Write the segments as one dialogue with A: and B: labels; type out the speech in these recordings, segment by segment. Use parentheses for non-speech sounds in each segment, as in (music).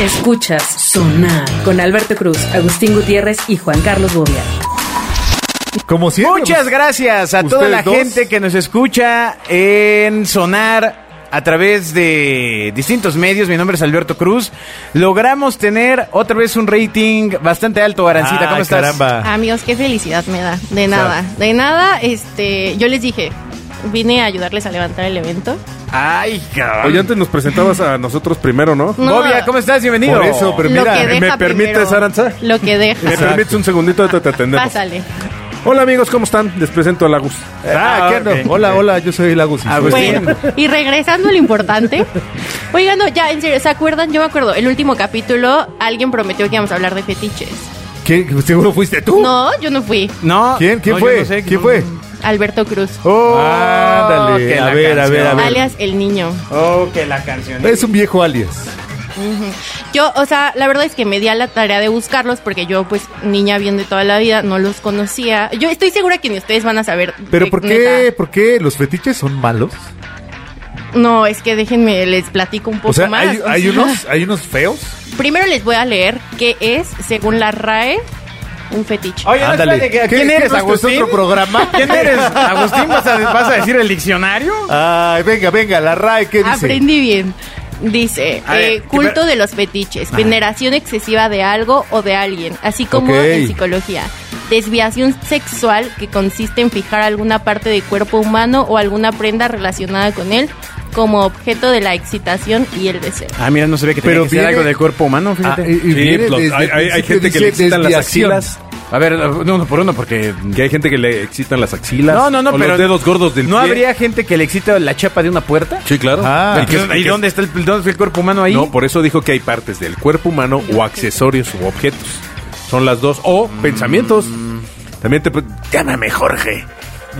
A: Escuchas Sonar con Alberto Cruz, Agustín Gutiérrez y Juan Carlos Bobia.
B: Como siempre. pues.
C: Muchas gracias a toda
B: ustedes
C: la
B: dos.
C: gente que nos escucha en Sonar a través de distintos medios. Mi nombre es Alberto Cruz. Logramos tener otra vez un rating bastante alto, Arancita.
B: Ah,
C: ¿Cómo estás?
B: caramba.
D: Amigos, qué felicidad me da. De nada, de nada, este, yo les dije, vine a ayudarles a levantar el evento.
C: Ay, cabrón.
E: Oye, antes nos presentabas a nosotros primero, ¿no?
D: No.
C: Bobia, ¿cómo estás? Bienvenido.
E: Por eso, pero
D: Lo
E: mira,
D: que deja
E: ¿me permites,
D: primero.
E: Aranza?
D: Lo que
E: ¿Me
D: deja.
E: permites un segundito? Ahorita Te atendemos.
D: Pásale.
E: Hola amigos, ¿cómo están? Les presento a Lagus.
B: Ah, ¿qué onda?
C: ok.
B: Hola, hola, yo soy Lagos. y soy-
C: Agustín. Pues
D: Bueno, y regresando a lo importante. Oigan, no, ya, en serio, ¿se acuerdan? Yo me acuerdo, el último capítulo, alguien prometió que íbamos a hablar de fetiches.
B: ¿Qué? ¿Seguro fuiste
E: Uh.
B: tú?
D: No, yo no fui.
C: No.
B: ¿Quién? ¿Quién
C: No,
B: fue?
C: yo no sé,
B: ¿Quién
C: no-
B: fue?
D: Alberto Cruz,
C: Oh,
B: Ándale,
C: que
B: a
C: la
B: ver, a ver, a
C: canción.
B: ver.
D: alias El Niño.
C: Oh, que la canción.
B: Es un viejo alias.
D: Yo, o sea, la verdad es que me di a la tarea de buscarlos porque yo, pues, niña bien de toda la vida, no los conocía. Yo estoy segura que ni ustedes van a saber.
B: Pero
D: de-
B: ¿por qué,
D: neta.
B: ¿por qué los fetiches son malos?
D: No, es que déjenme, les platico un poco
B: O sea,
D: más.
B: hay,
D: Pues O
B: hay
D: sea,
B: unos, hay unos feos.
D: (laughs) Primero les voy a leer qué es, según la RAE, un fetiche.
C: Oye, no,
B: Ándale.
C: espérate, ¿que-
B: ¿Qué-
C: ¿quién
B: qué
C: eres,
B: no, este es
C: Agustín?
B: otro programa?
C: ¿Quién eres? ¿Agustín? ¿Vas a, vas a decir el diccionario?
B: Ay, venga, venga, la RAE, ¿qué dice?
D: Aprendí bien. Dice,
C: A
D: eh,
C: ver,
D: culto
C: primero-
D: de los fetiches, veneración excesiva de algo o de alguien, así como
B: Ok.
D: en psicología. Desviación sexual que consiste en fijar alguna parte del cuerpo humano o alguna prenda relacionada con él como objeto de la excitación y el deseo.
C: Ah, mira, no se ve que tenía
B: Pero
C: que ser
B: viene-
C: algo del cuerpo humano,
B: Ah,
C: fíjate. pues,
B: y- y
E: Sí,
B: viene
E: los-
B: desde
E: hay-
B: el
E: hay- hay
B: principio,
E: gente que le
B: dice
E: excitan las
B: desviación.
E: axilas.
C: A ver, uno por uno, porque...
E: Que hay gente que le excitan las axilas.
C: No, no, no,
E: o
C: pero...
E: los dedos gordos del
C: ¿No
E: pie.
C: habría gente que le excita la chapa de una puerta?
E: Sí, claro.
B: Ah.
C: ¿Y, qué- y dónde está el, dónde está el cuerpo humano ahí?
E: No, por eso dijo que hay partes del cuerpo humano o accesorios u objetos. Son las dos. O
C: Mm.
E: pensamientos. También te... pu- Llámame Jorge.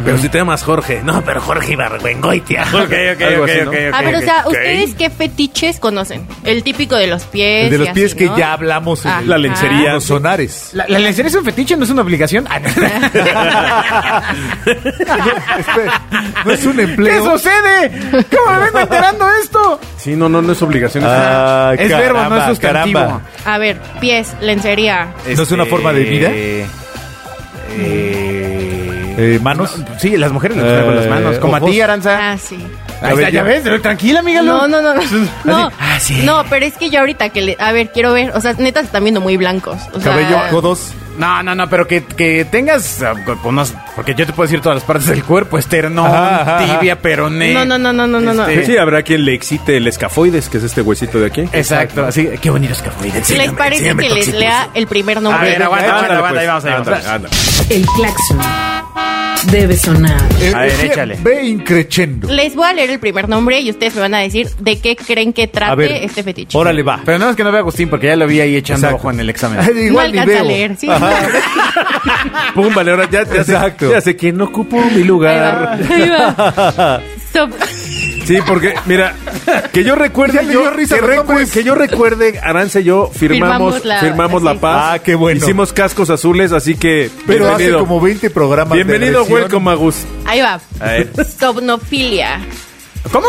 E: Pero si te llamas Jorge. No, pero Jorge Ibargüengoitia.
B: pues,
E: (laughs) Algo así, ¿no?
D: ah, pero o sea, ¿ustedes qué fetiches conocen? El típico de los pies.
B: El de
D: y
B: los pies
D: así,
B: que
D: ¿no?
B: ya hablamos en
D: Ajá.
B: el-
E: La lencería.
B: Los sonares.
C: ¿La, la lencería es un fetiche? ¿No es una obligación? Ah, no.
B: Espera, no es un em-
C: ¿Qué
B: empleo.
C: sucede? ¿Cómo me vengo enterando de esto?
E: Sí, no, no, no es obligación. es-
B: Ah,
C: es verbo, no es
B: caramba,
C: sustantivo.
B: caramba.
D: A ver, pies, lencería.
B: ¿No es una forma de vida?
C: Eh,
B: Eh, manos.
C: no, sí, las mujeres le gustan con las manos.
B: Eh,
C: Como a ti,
B: ojos.
C: Aranza.
D: Ah, sí.
C: Ahí está, ya ves, pero tranquila, amiga.
D: No, no, no, no. No,
C: Ah, sí.
D: no, pero es que yo ahorita que le. A ver, quiero ver. O sea, neta se están viendo muy blancos. O sea,
B: Cabello, codos.
C: No, no, no, pero que, que tengas. ah, con- con unas- porque yo te puedo decir todas las partes del cuerpo: esternón,
B: Ajá, ajá, ajá.
C: tibia, peroné.
D: No, no, no, no, no, no, no.
C: Este,
E: Sí, habrá quien le excite el escafoides, que es este huesito de aquí.
C: Exacto, así. Qué bonito es que
D: ¿Les parece que les lea el primer
C: A
D: nombre?
C: ver, aguanta, aguanta, aguanta,
E: pues.
C: ahí vamos, ahí vamos.
A: El claxon debe sonar.
B: Eh,
C: A ver,
B: eh,
C: échale.
B: Ve increchendo.
D: Les voy a leer el primer nombre y ustedes me van a decir de qué creen que trate este fetiche.
B: Órale, va.
C: Pero no es que no vea a Agustín, porque ya lo vi ahí echando
B: Exacto.
C: ojo en el examen.
B: (laughs) Ay, igual
D: no
B: ni
D: alcanza a
B: veo.
D: leer, sí.
E: Pum, vale, ahora ya, ya,
B: Exacto.
E: sé, ya sé que no ocupo mi
D: (laughs) Ahí va,
E: lugar.
D: ahí va. So-
E: Sí, porque, mira, que yo
B: Ya
E: recuerde,
B: le
E: yo-
B: dio risa,
E: que,
B: pero no
E: recuerde-
B: puedes.
E: que yo recuerde, Aranza y yo firmamos,
D: Firmamos la-
E: firmamos la,
D: sí.
E: paz.
B: Ah, qué bueno.
E: Hicimos cascos azules, así que
B: Pero hace
E: bienvenido.
B: como 20 programas. de
E: bienvenido,
B: agresión.
E: welcome, Agus.
D: ahí va.
E: A ver.
D: Somnofilia.
C: ¿Cómo?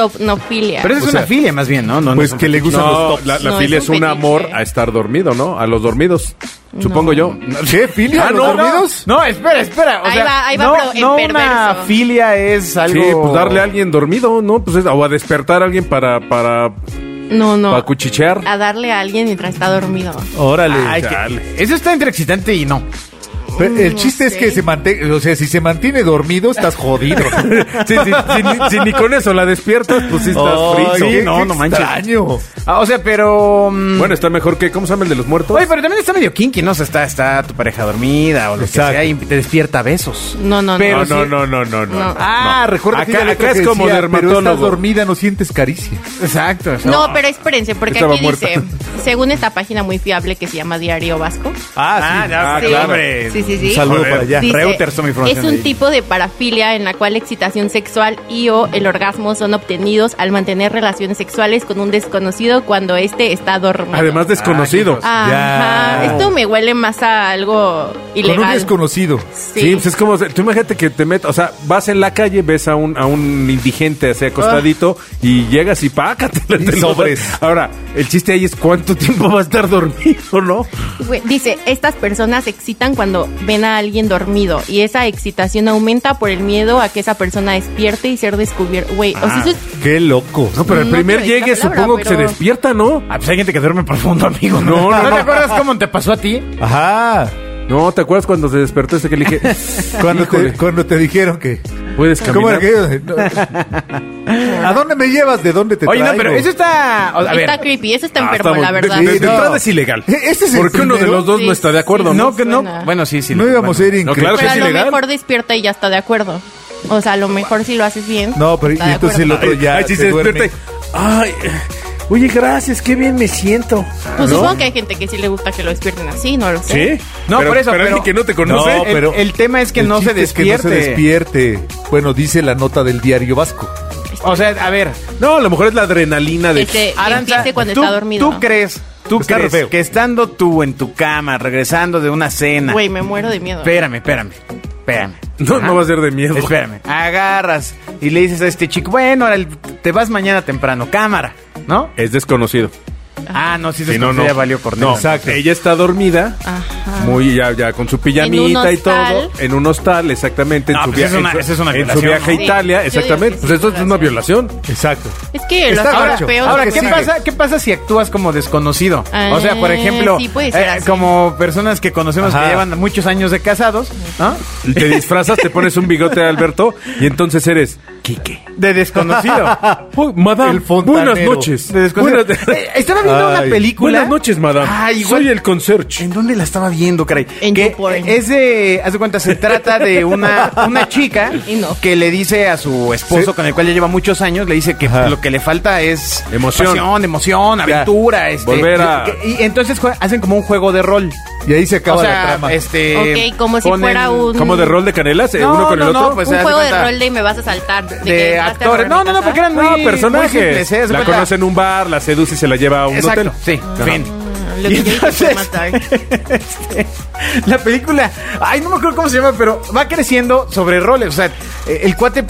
D: Somnofilia.
C: Pero esa es
B: O sea,
C: una filia, más bien, ¿no? No, no es
B: Pues
C: un
B: que le gustan los
E: No,
B: tops.
E: la, la
D: No,
E: filia
D: es
E: es
D: un
E: un
D: fetiche.
E: amor a estar dormido, ¿no? A los dormidos, supongo yo.
B: ¿Qué? ¿Filia?
E: Ah,
B: ¿Los
E: no, no.
B: dormidos?
C: No, espera, espera. O
D: Ahí
C: sea,
D: va, ahí va,
C: no,
D: pero en
C: no una
D: perverso.
C: filia es algo.
E: Sí, pues darle a alguien dormido, ¿no? Pues es- o a despertar a alguien para, para,
D: No, no. Ah,
E: para cuchichear.
D: A darle a alguien mientras está dormido.
B: Órale.
C: Ay, que- eso está entre excitante y no.
B: Pero el
D: no
B: chiste es
D: sé.
B: que se mantenga, o sea, si se mantiene dormido,
E: (laughs)
B: estás jodido.
E: Sí, sí, si, ni- si ni con eso la despiertas, pues sí estás
B: Ay,
E: frito.
B: qué-
C: no,
B: qué
C: no manches.
B: Extraño.
C: Ah, o sea, pero. mm,
E: Bueno, está mejor que. ¿Cómo se llama el de los muertos?
C: Oye, pero también está medio kinky, ¿no? O sea, está, está tu pareja dormida o lo
B: Exacto.
C: que sea y te despierta a besos.
D: No, no, no.
C: Pero
E: Ah, no,
C: sí-
E: no, no, no, no, no.
D: No.
C: Ah, recuerda
E: Acá-
B: Aquella
E: acá
B: letra
E: es
B: que
E: como dermatólogo.
B: Pero estás dormida, no sientes caricias.
C: Exacto. o sea,
D: No, pero espérense, porque
E: Estaba
D: aquí
E: muerta.
D: dice, según esta página muy fiable que se llama Diario Vasco,
C: Ah, ya,
D: sí.
C: claro. hombre.
D: Sí, sí, sí, sí.
C: Un saludo
E: Joder.
C: para allá.
D: Dice,
C: Reuters toma información
D: Es un
C: de ahí.
D: tipo de parafilia en la cual excitación sexual y o el orgasmo son obtenidos al mantener relaciones sexuales con un desconocido cuando éste está dormido.
E: Además, desconocido.
D: Ah, Ajá.
C: Ya.
D: Esto me huele más a algo
B: Con un
D: ilegal.
B: desconocido.
E: Sí. pues es como, tú imagínate que te metas, o sea, vas en la calle, ves a un, a un indigente así acostadito y llegas y pácate. (laughs)
B: Y sobres.
E: Ahora, el chiste ahí es cuánto tiempo va a estar dormido, ¿no?
D: Güey, Dice, estas personas se excitan cuando ven a alguien dormido y esa excitación aumenta por el miedo a que esa persona despierte y ser descubierto. Güey, o
C: Ah.
D: sea, eso es-
B: Qué loco.
E: No, pero el
D: No
E: primer
D: quiero decir
E: llegue
D: la palabra,
E: supongo que se
D: pero-
E: despierta, ¿no?
C: Ah, pues hay gente que duerme profundo, amigo.
E: No, no, no.
C: te acuerdas cómo te pasó a ti?
B: Ajá.
E: No, ¿te acuerdas cuando se despertó ese que le dije,
B: Cuando te,
E: "Híjole,
B: cuando te dijeron que.
E: puedes caminar?
B: ¿Cómo era que- no. ¿A dónde me llevas? ¿De dónde te
C: Oye, no,
B: traigo?
C: pero eso está... o- A ver,
D: está creepy, eso está
E: Ah,
D: enfermo,
E: estamos-
D: la verdad.
E: De, de- de
B: Sí, no.
E: entrada es ilegal.
B: E- ese es el
E: Porque uno de
B: primero.
E: los dos
D: Sí,
E: no está de
D: sí,
E: acuerdo,
D: sí,
E: ¿no?
C: no, que no...
D: Suena.
C: Bueno, sí, sí.
B: No
C: le-
B: íbamos
C: bueno.
B: a ir
E: No,
B: increíbles.
E: claro que
D: Pero
E: es
D: a lo
E: ilegal.
D: mejor despierta y ya está de acuerdo. O sea, a lo mejor si lo haces bien.
B: No, pero y
D: está de
B: entonces el
D: acuerdo.
B: otro ya.
E: Ay, sí,
B: se
E: se
B: duerme.
E: despierta. y, Ay, oye, gracias, qué bien me siento.
D: Pues
E: ¿No?
D: supongo que hay gente que sí le gusta que lo despierten así, no lo sé.
E: Sí.
C: No, por eso,
E: alguien
C: pero-
E: que no te conoce.
C: No,
E: El-
C: pero- el tema es que no se
B: chiste es que no se despierte. Bueno, dice la nota del diario Vasco.
C: O sea, a ver,
E: No, a lo mejor es la adrenalina de.
D: Que se
C: Aranza,
D: empiece cuando
C: ¿tú,
D: está dormido.
C: ¿Tú crees, tú
B: Está re
C: crees
B: feo.
C: que estando tú en tu cama, regresando de una cena...
D: Güey, me muero de miedo.
C: Espérame, espérame, espérame.
E: No, no va a ser de miedo.
C: Espérame. Agarras y le dices a este chico, bueno, ahora el- te vas mañana temprano, cámara, ¿no?
E: Es desconocido.
C: Ah, no, sí,
E: Si no, no.
C: ya valió por
E: No, Ella está dormida.
D: Ajá.
E: Muy ya, ya con su pijamita y
D: hostal.
E: todo. En un hostal, exactamente.
C: No,
E: en su
C: pues es
E: viaje,
C: una-
E: en su-
C: esa es una
E: en su
C: violación,
E: viaje a
D: ¿no?
E: Italia,
D: Sí, yo digo
E: exactamente.
D: que
E: Pues
D: sí,
E: eso es una violación.
B: Exacto.
D: Es que los
B: Está
D: ahora
B: gacho.
D: peor.
C: Ahora,
B: Lo que
C: ¿qué
B: sigue.
C: pasa, ¿qué pasa si actúas como desconocido? o sea, por
D: Ah,
C: ejemplo, eh,
D: sí, puede ser así.
C: como personas que conocemos que
B: Ajá.
C: llevan muchos años de casados, ¿no?
E: Te disfrazas, te pones un bigote de Alberto y entonces eres Quique.
C: De desconocido.
E: (laughs) Oh, madame,
B: El fontanero.
E: buenas noches.
C: De desconocido.
E: Buenas,
D: (laughs)
C: Eh, Estaba viendo una
B: Ay.
C: película.
E: buenas noches, madame.
C: Ah, igual-
E: Soy el conserje.
C: ¿En dónde la estaba viendo, caray?
D: En
C: que
D: YouPorn.
C: es de, haz de cuenta, se trata de
D: (laughs)
C: una, una chica
D: Y no.
C: que le dice a su esposo,
B: Sí.
C: con el cual ya lleva muchos años, le dice que
B: Ajá.
C: lo que le falta es
E: Emoción.
C: pasión, emoción, aventura, este,
E: Volver a-
C: y, y entonces jue- hacen como un juego de rol.
B: Y ahí se acaba
C: o sea,
B: la trama.
C: este,
D: Ok, como si
C: ponen-
D: fuera un-
E: ¿Cómo de rol de canelas? eh,
C: No,
E: ¿Uno con
C: no,
E: el
C: no,
E: otro?
C: pues,
D: un
C: haz de
D: juego de
C: cuenta-
D: rol de me vas a saltar. De, que
C: de
D: entraste a
C: actores. No, no, no,
D: robar mi
C: porque eran
E: No,
C: muy,
E: personajes.
C: muy simples, ¿eh? Haz de
E: la
C: cuenta-
E: conoce en un bar, la seduce y se la lleva a un
C: Exacto,
E: hotel.
C: sí,
E: Ajá.
C: fin.
D: casa. Mm, Lo
C: Y
D: que yo dije fue
C: entonces-
D: más
C: (laughs)
D: dark.
C: Este, la película, ay, no me acuerdo cómo se llama, pero va creciendo sobre roles. O sea, eh, el cuate,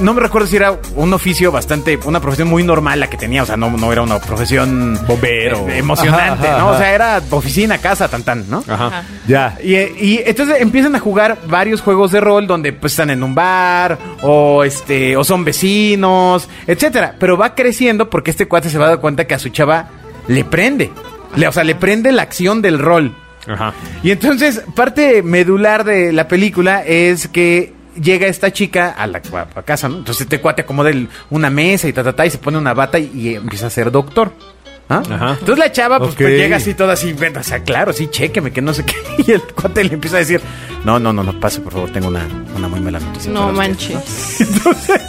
C: no me recuerdo si era un oficio bastante, una profesión muy normal la que tenía. O sea, no, no era una profesión.
E: Bombero.
C: eh, emocionante,
B: Ajá, ajá,
C: ¿no? O
B: ajá.
C: sea, era oficina, casa, tan, tan, ¿no?
E: Ajá.
B: Ya.
C: Y, eh, y entonces empiezan a jugar varios juegos de rol donde pues están en un bar o este o son vecinos, etcétera, pero va creciendo porque este cuate se va a dar cuenta que a su chava le prende. Le- o sea, le prende la acción del rol.
E: Ajá.
C: Y entonces, parte medular de la película es que llega esta chica a la a casa, ¿no? Entonces este cuate acomoda el- una mesa y ta, ta, ta, y se pone una bata y, y empieza a ser doctor. ¿Ah?
E: Ajá.
C: Entonces la chava pues,
B: Ok.
C: pues, llega así toda así, ven, o sea, claro, sí, chéqueme, que no sé qué. (laughs) Y el cuate le empieza a decir, no, no, no, no, pase, por favor, tengo una, una muy mala noticia. para (laughs)
D: No
C: usted".
D: manches.
C: Entonces,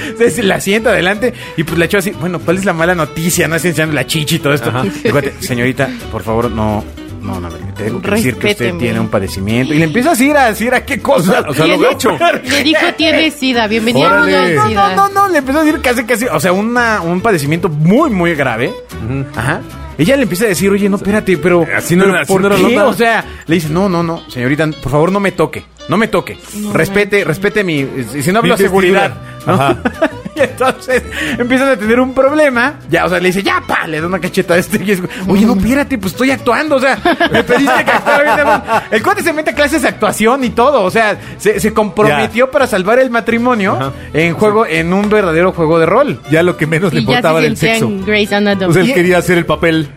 C: entonces, se la sienta adelante y pues la chava así, bueno, ¿cuál es la mala noticia? No es enseñando la chichi y todo esto.
E: Ajá.
C: Y cuate, señorita, por favor, no, no, no, le tengo que decir que usted
D: Respéteme.
C: tiene un padecimiento. Y le empiezas a ir a decir a qué cosa.
E: O sea, lo
D: Le
E: gacho.
C: (laughs)
D: dijo- Le dijo, tienes sida, bienvenido al mundo
B: Órale.
D: del
C: No, no,
D: sida.
C: no, no, le empezó a decir casi, casi, o sea, una, un padecimiento muy, muy grave. Ajá. Ella le empieza a decir, oye, no, espérate, pero.
E: Así no
C: pero
E: era- así
C: ¿por
E: no era la
C: qué?
E: onda.
C: O sea, le dice, no, no, no, señorita, por favor, no me toque, no me toque. respete, respete mi. Si no hablo
B: Mi
C: a seguridad. ¿no?
B: Ajá.
C: (laughs) y entonces empiezan a tener un problema. Ya, o sea, le dice, ya, pa, le da una cacheta a este. Y es, Oye, no, espérate, pues estoy actuando. O sea, me pediste que actuara bien, hermano. El cuate se mete a clases de actuación y todo. O sea, se, se comprometió para salvar el matrimonio
E: Ajá.
C: en juego, en un verdadero juego de rol.
B: Ya lo que menos le
D: Y ya
B: importaba
D: se
B: era el
D: sentía
B: sexo.
D: en Grey's Anatomy.
B: Pues él
C: Y-
B: quería hacer el papel.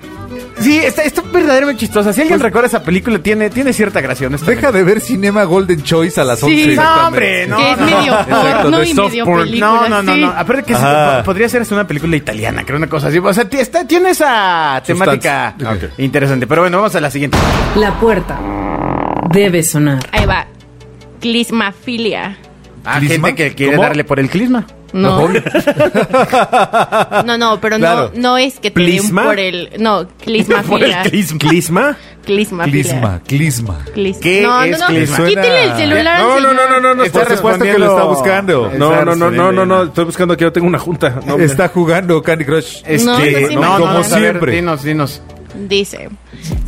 C: Sí, está, está verdaderamente chistosa. Si alguien recuerda esa película, tiene, tiene cierta gracia.
B: Deja de ver Cinema Golden Choice a las
D: Sí.
B: 11.
C: No, hombre, no.
D: Que es medio porno
E: de
D: y
E: soft
D: medio
E: porn.
D: película.
C: No, no, no,
D: sí.
C: no. Aparte que sí,
B: Ajá.
C: po- podría ser hasta una película italiana, creo una cosa así. O sea, ti- está- tiene esa temática
B: Sustancia.
C: Ok. interesante. Pero bueno, vamos a la siguiente.
A: La puerta debe sonar.
D: Ahí va. Clismafilia.
C: Ah,
B: ¿Clisma?
C: gente que quiere
B: ¿Cómo?
C: darle por el clisma.
D: No. No, no, pero
B: Claro.
D: no, no es que te den
E: ¿Plisma?
D: por el.
E: (laughs)
D: No,
E: ¿Por el
D: clismafilia.
E: clisma? ¿Clisma?
D: Clisma.
B: Clisma, clisma.
D: Clisma.
C: ¿Qué
D: no,
C: es
D: no, no.
C: clisma?
D: Quítele el
B: Suena-
D: celular. al
E: No, no,
D: señor.
E: no, no, no, no.
B: Está
E: estoy-
B: respuesta que lo está buscando.
E: No, no, no, no, no, no. Estoy buscando que yo tengo una junta. No,
B: Está jugando Candy Crush.
E: Eh,
D: No,
C: Este,
D: sí,
C: no,
D: no.
C: no,
B: Como
C: no, a ver,
B: siempre.
C: dinos, dinos.
D: Dice,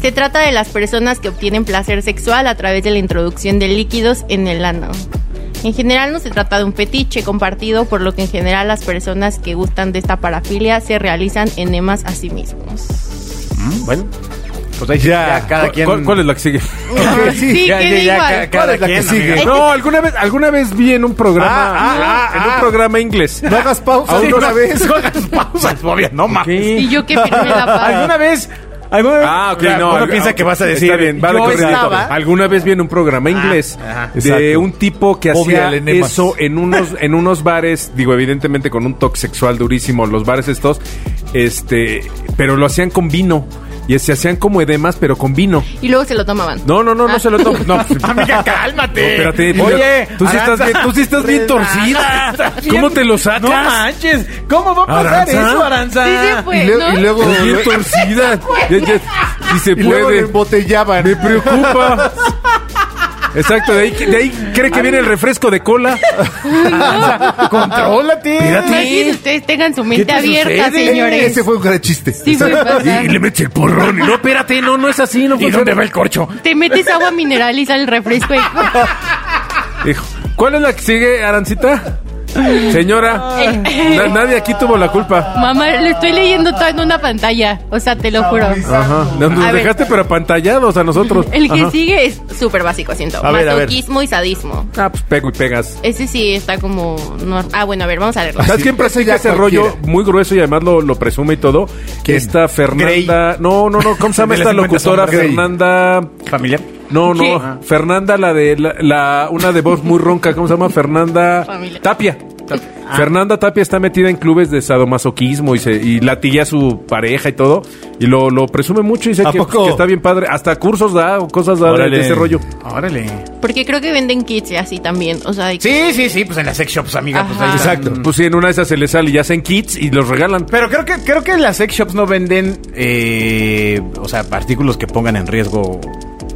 D: se trata de las personas que obtienen placer sexual a través de la introducción de líquidos en el ano. En general no se trata de un fetiche compartido, por lo que en general las personas que gustan de esta parafilia se realizan enemas a sí mismos.
C: Bueno, pues ahí sí,
B: Ya.
C: ya, cada quien.
E: ¿Cuál, cuál es la que sigue?
B: Ok, sí,
C: ya,
D: ¿qué
C: ya, ya,
D: digo?
C: ca-
B: ¿Cuál
C: cada
B: es la que
C: quien,
B: sigue?
C: amiga.
E: No, alguna vez, alguna vez vi en un programa,
B: Ah, ah,
E: en
B: ah,
E: un
B: ah.
E: programa inglés.
B: No hagas pausa.
E: Sí,
B: una
E: no.
B: vez.
C: pausas, Bobia, no mames.
D: Y yo que firmé la paz.
C: ¿Alguna vez? ¿Alguna vez?
E: Ah, ok,
C: o sea,
E: no.
C: Uno
E: al-
C: piensa que vas a decir.
E: Está bien, va Ah, de
C: yo
E: corrido.
C: estaba.
E: Alguna vez vi en un programa inglés
C: ajá.
E: de
B: Exacto.
E: un tipo que
B: Obvio,
E: hacía
B: el enemas.
E: eso en unos, en unos bares, digo, evidentemente con un toque sexual durísimo, los bares estos, este, pero lo hacían con vino. Y se hacían como edemas, pero con vino.
D: Y luego se lo tomaban.
E: No, no, no, no (laughs) se lo tomo. No,
C: Amiga, cálmate.
E: No, espérate,
C: Oye,
E: tú sí estás
C: Aranza,
E: bien- tú sí estás bien torcida.
C: estás bien-
E: ¿Cómo te lo sacas?
C: (laughs) No manches. ¿Cómo va a pasar
E: ¿Aranza?
C: eso, Aranza?
D: Sí se
B: Y,
D: fue,
B: lue-
D: pues, ¿no?
B: y luego,
E: Estás bien torcida. Ya, ya, si se
B: y luego lo
E: puede.
B: embotellaban.
E: Me (laughs)
D: (laughs)
E: preocupa. Exacto, de ahí, de ahí cree que viene el refresco de cola.
C: Contrólate.
D: Imagínense, ustedes tengan su mente
C: te
D: abierta,
C: sucede?
D: señores.
B: Ese fue un gran chiste.
D: Sí, fue pasar.
E: Y le metes el porrón. Y no, espérate, no, no es así. No funciona.
C: dónde va el corcho?
D: Te metes agua mineral y sale el refresco. y- (laughs)
E: Hijo, ¿Cuál es la que sigue, Arancita? Señora, na- nadie aquí tuvo la culpa.
D: Mamá, lo estoy leyendo todo en una pantalla. O sea, te lo juro.
E: Ajá. Nos, nos
D: A ver.
E: dejaste pero apantallados a nosotros.
D: El que
E: Ajá.
D: sigue es súper básico, siento.
E: A ver, a ver.
D: Masoquismo y sadismo.
E: Ah, pues pego y pegas.
D: Ese sí está como... no- Ah, bueno, a ver, vamos a leerlo.
E: ¿Sabes quién practica
B: ya
E: ese
B: cualquiera.
E: rollo muy grueso y además lo, lo presume y todo? Que esta Fernanda. No, no, no.
B: (laughs)
E: ¿Cómo se llama
C: De
E: esta
C: las 50
E: locutora?
C: sombras. Grey.
E: Fernanda.
C: Familia.
E: No, no.
D: ¿Qué?
E: Ajá. Fernanda, la de. La, la- una de voz muy ronca. ¿Cómo se llama? Fernanda.
D: Familia.
E: Tapia.
B: Ah.
E: Fernanda Tapia está metida en clubes de sadomasoquismo y, se, y latilla a su pareja y todo. Y lo, lo presume mucho y dice
B: ¿A
E: que,
B: poco?
E: que está bien padre. Hasta cursos da o cosas da de- de,
B: Órale.
E: ese rollo.
C: Órale.
D: Porque creo que venden kits y así también. O sea, de-
C: Sí, sí, sí, pues en las sex shops, amiga. Pues ahí
D: Ajá.
C: están.
B: (laughs) Exacto.
E: Pues sí, en una de esas se les sale y hacen kits y los regalan.
C: Pero creo que creo que las sex shops no venden, eh, o sea, artículos que pongan en riesgo.